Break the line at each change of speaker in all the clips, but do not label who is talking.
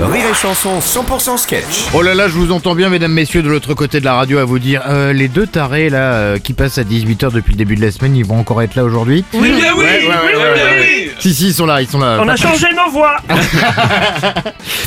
Rire et Chanson 100% sketch.
Oh là là, je vous entends bien, mesdames, messieurs, de l'autre côté de la radio, à vous dire euh, les deux tarés là euh, qui passent à 18h depuis le début de la semaine, ils vont encore être là aujourd'hui
Oui, Eh bien oui,
ouais, ouais,
oui,
ouais,
bien
ouais,
oui.
Si, si, ils sont là, ils sont là.
On
Bah,
a changé nos voix.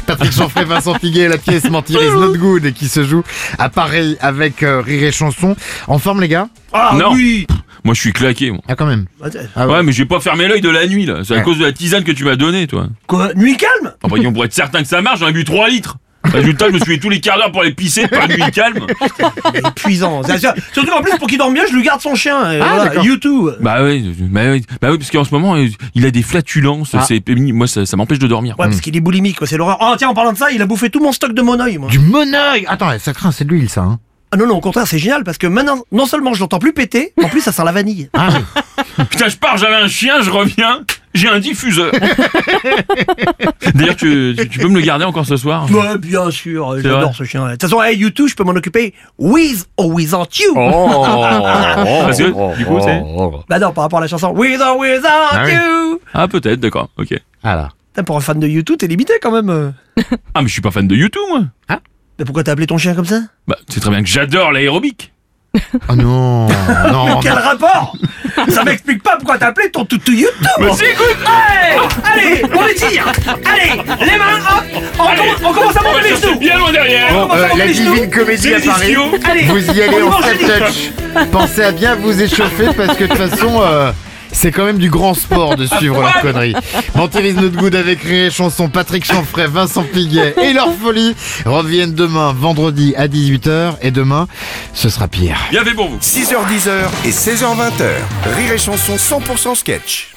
Patrick Chanfray, Vincent Figuet, la pièce Mentir is not good qui se joue à Paris avec euh, Rire et Chanson. En forme, les gars
Ah
Non.
oui.
Moi je suis claqué moi.
Ah, quand même.
Bah,
Ah ouais.
ouais. mais j'ai pas fermé l'œil de la nuit là. C'est à
Ouais.
cause de la tisane que tu m'as donnée toi.
Quoi Nuit calme
Enfin on pour être certain que ça marche, j'en ai bu 3 litres. Résultat, je me suis mis tous les quarts d'heure pour aller pisser par nuit calme.
Épuisant. Ça, ça, Surtout en plus pour qu'il dorme bien, je lui garde son chien. Et voilà,
d'accord.
you too.
Bah oui, bah oui, bah oui parce qu'en ce moment euh, il a des flatulences,
Ah.
c'est moi ça, ça m'empêche de dormir.
Ouais, parce qu'il est boulimique, quoi, c'est l'horreur. Oh, tiens, en parlant de ça, il a bouffé tout mon stock de mon oeil, moi.
Du monoeil Attends, eh, ça craint, c'est de l'huile, ça. hein.
Ah non, non, au contraire, c'est génial parce que maintenant, non seulement je l'entends plus péter, en plus ça sent la vanille.
Ah, oui.
Putain, je pars, j'avais un chien, je reviens, j'ai un diffuseur. D'ailleurs tu, tu- tu peux me le garder encore ce soir
Ouais, bien sûr, euh,
C'est
j'adore
vrai.
ce chien. De toute façon, hey, you too, je peux m'en occuper with or without you.
Oh. Parce que,
Oh,
du coup, c'est-
Bah non, par rapport à la chanson with or without
Ah oui.
you.
Ah peut-être, d'accord, ok.
Ah là.
Putain, pour un fan de you too, t'es limité quand même. euh.
Ah mais je suis pas fan de YouTube moi.
Mais pourquoi t'as appelé ton chien comme ça
Bah c'est très bien que j'adore l'aérobic.
Oh non
Mais
Non
quel rapport Ça m'explique pas pourquoi t'as appelé ton toutou YouTube
Mais si, écoute
Hey Allez, on les tire Allez, les mains, hop On, commence- on commence à monter les genoux
bien loin derrière
On commence à
Euh,
monter
la
les
divine
genoux
comédie à
les
Paris.
ischios.
Allez,
Vous y allez
on
en
mange
step
les genoux.
touch. Pensez à bien vous échauffer parce que de toute façon, euh, c'est quand même du grand sport de suivre leur connerie. Mentir is not good avec Ré, chanson Patrick Chanfray, Vincent Piguet et leur folie reviennent demain, vendredi à 18h. Et demain, ce sera pire.
Bien fait pour vous
6h10h et 16h20h. Rire et Chanson 100% sketch.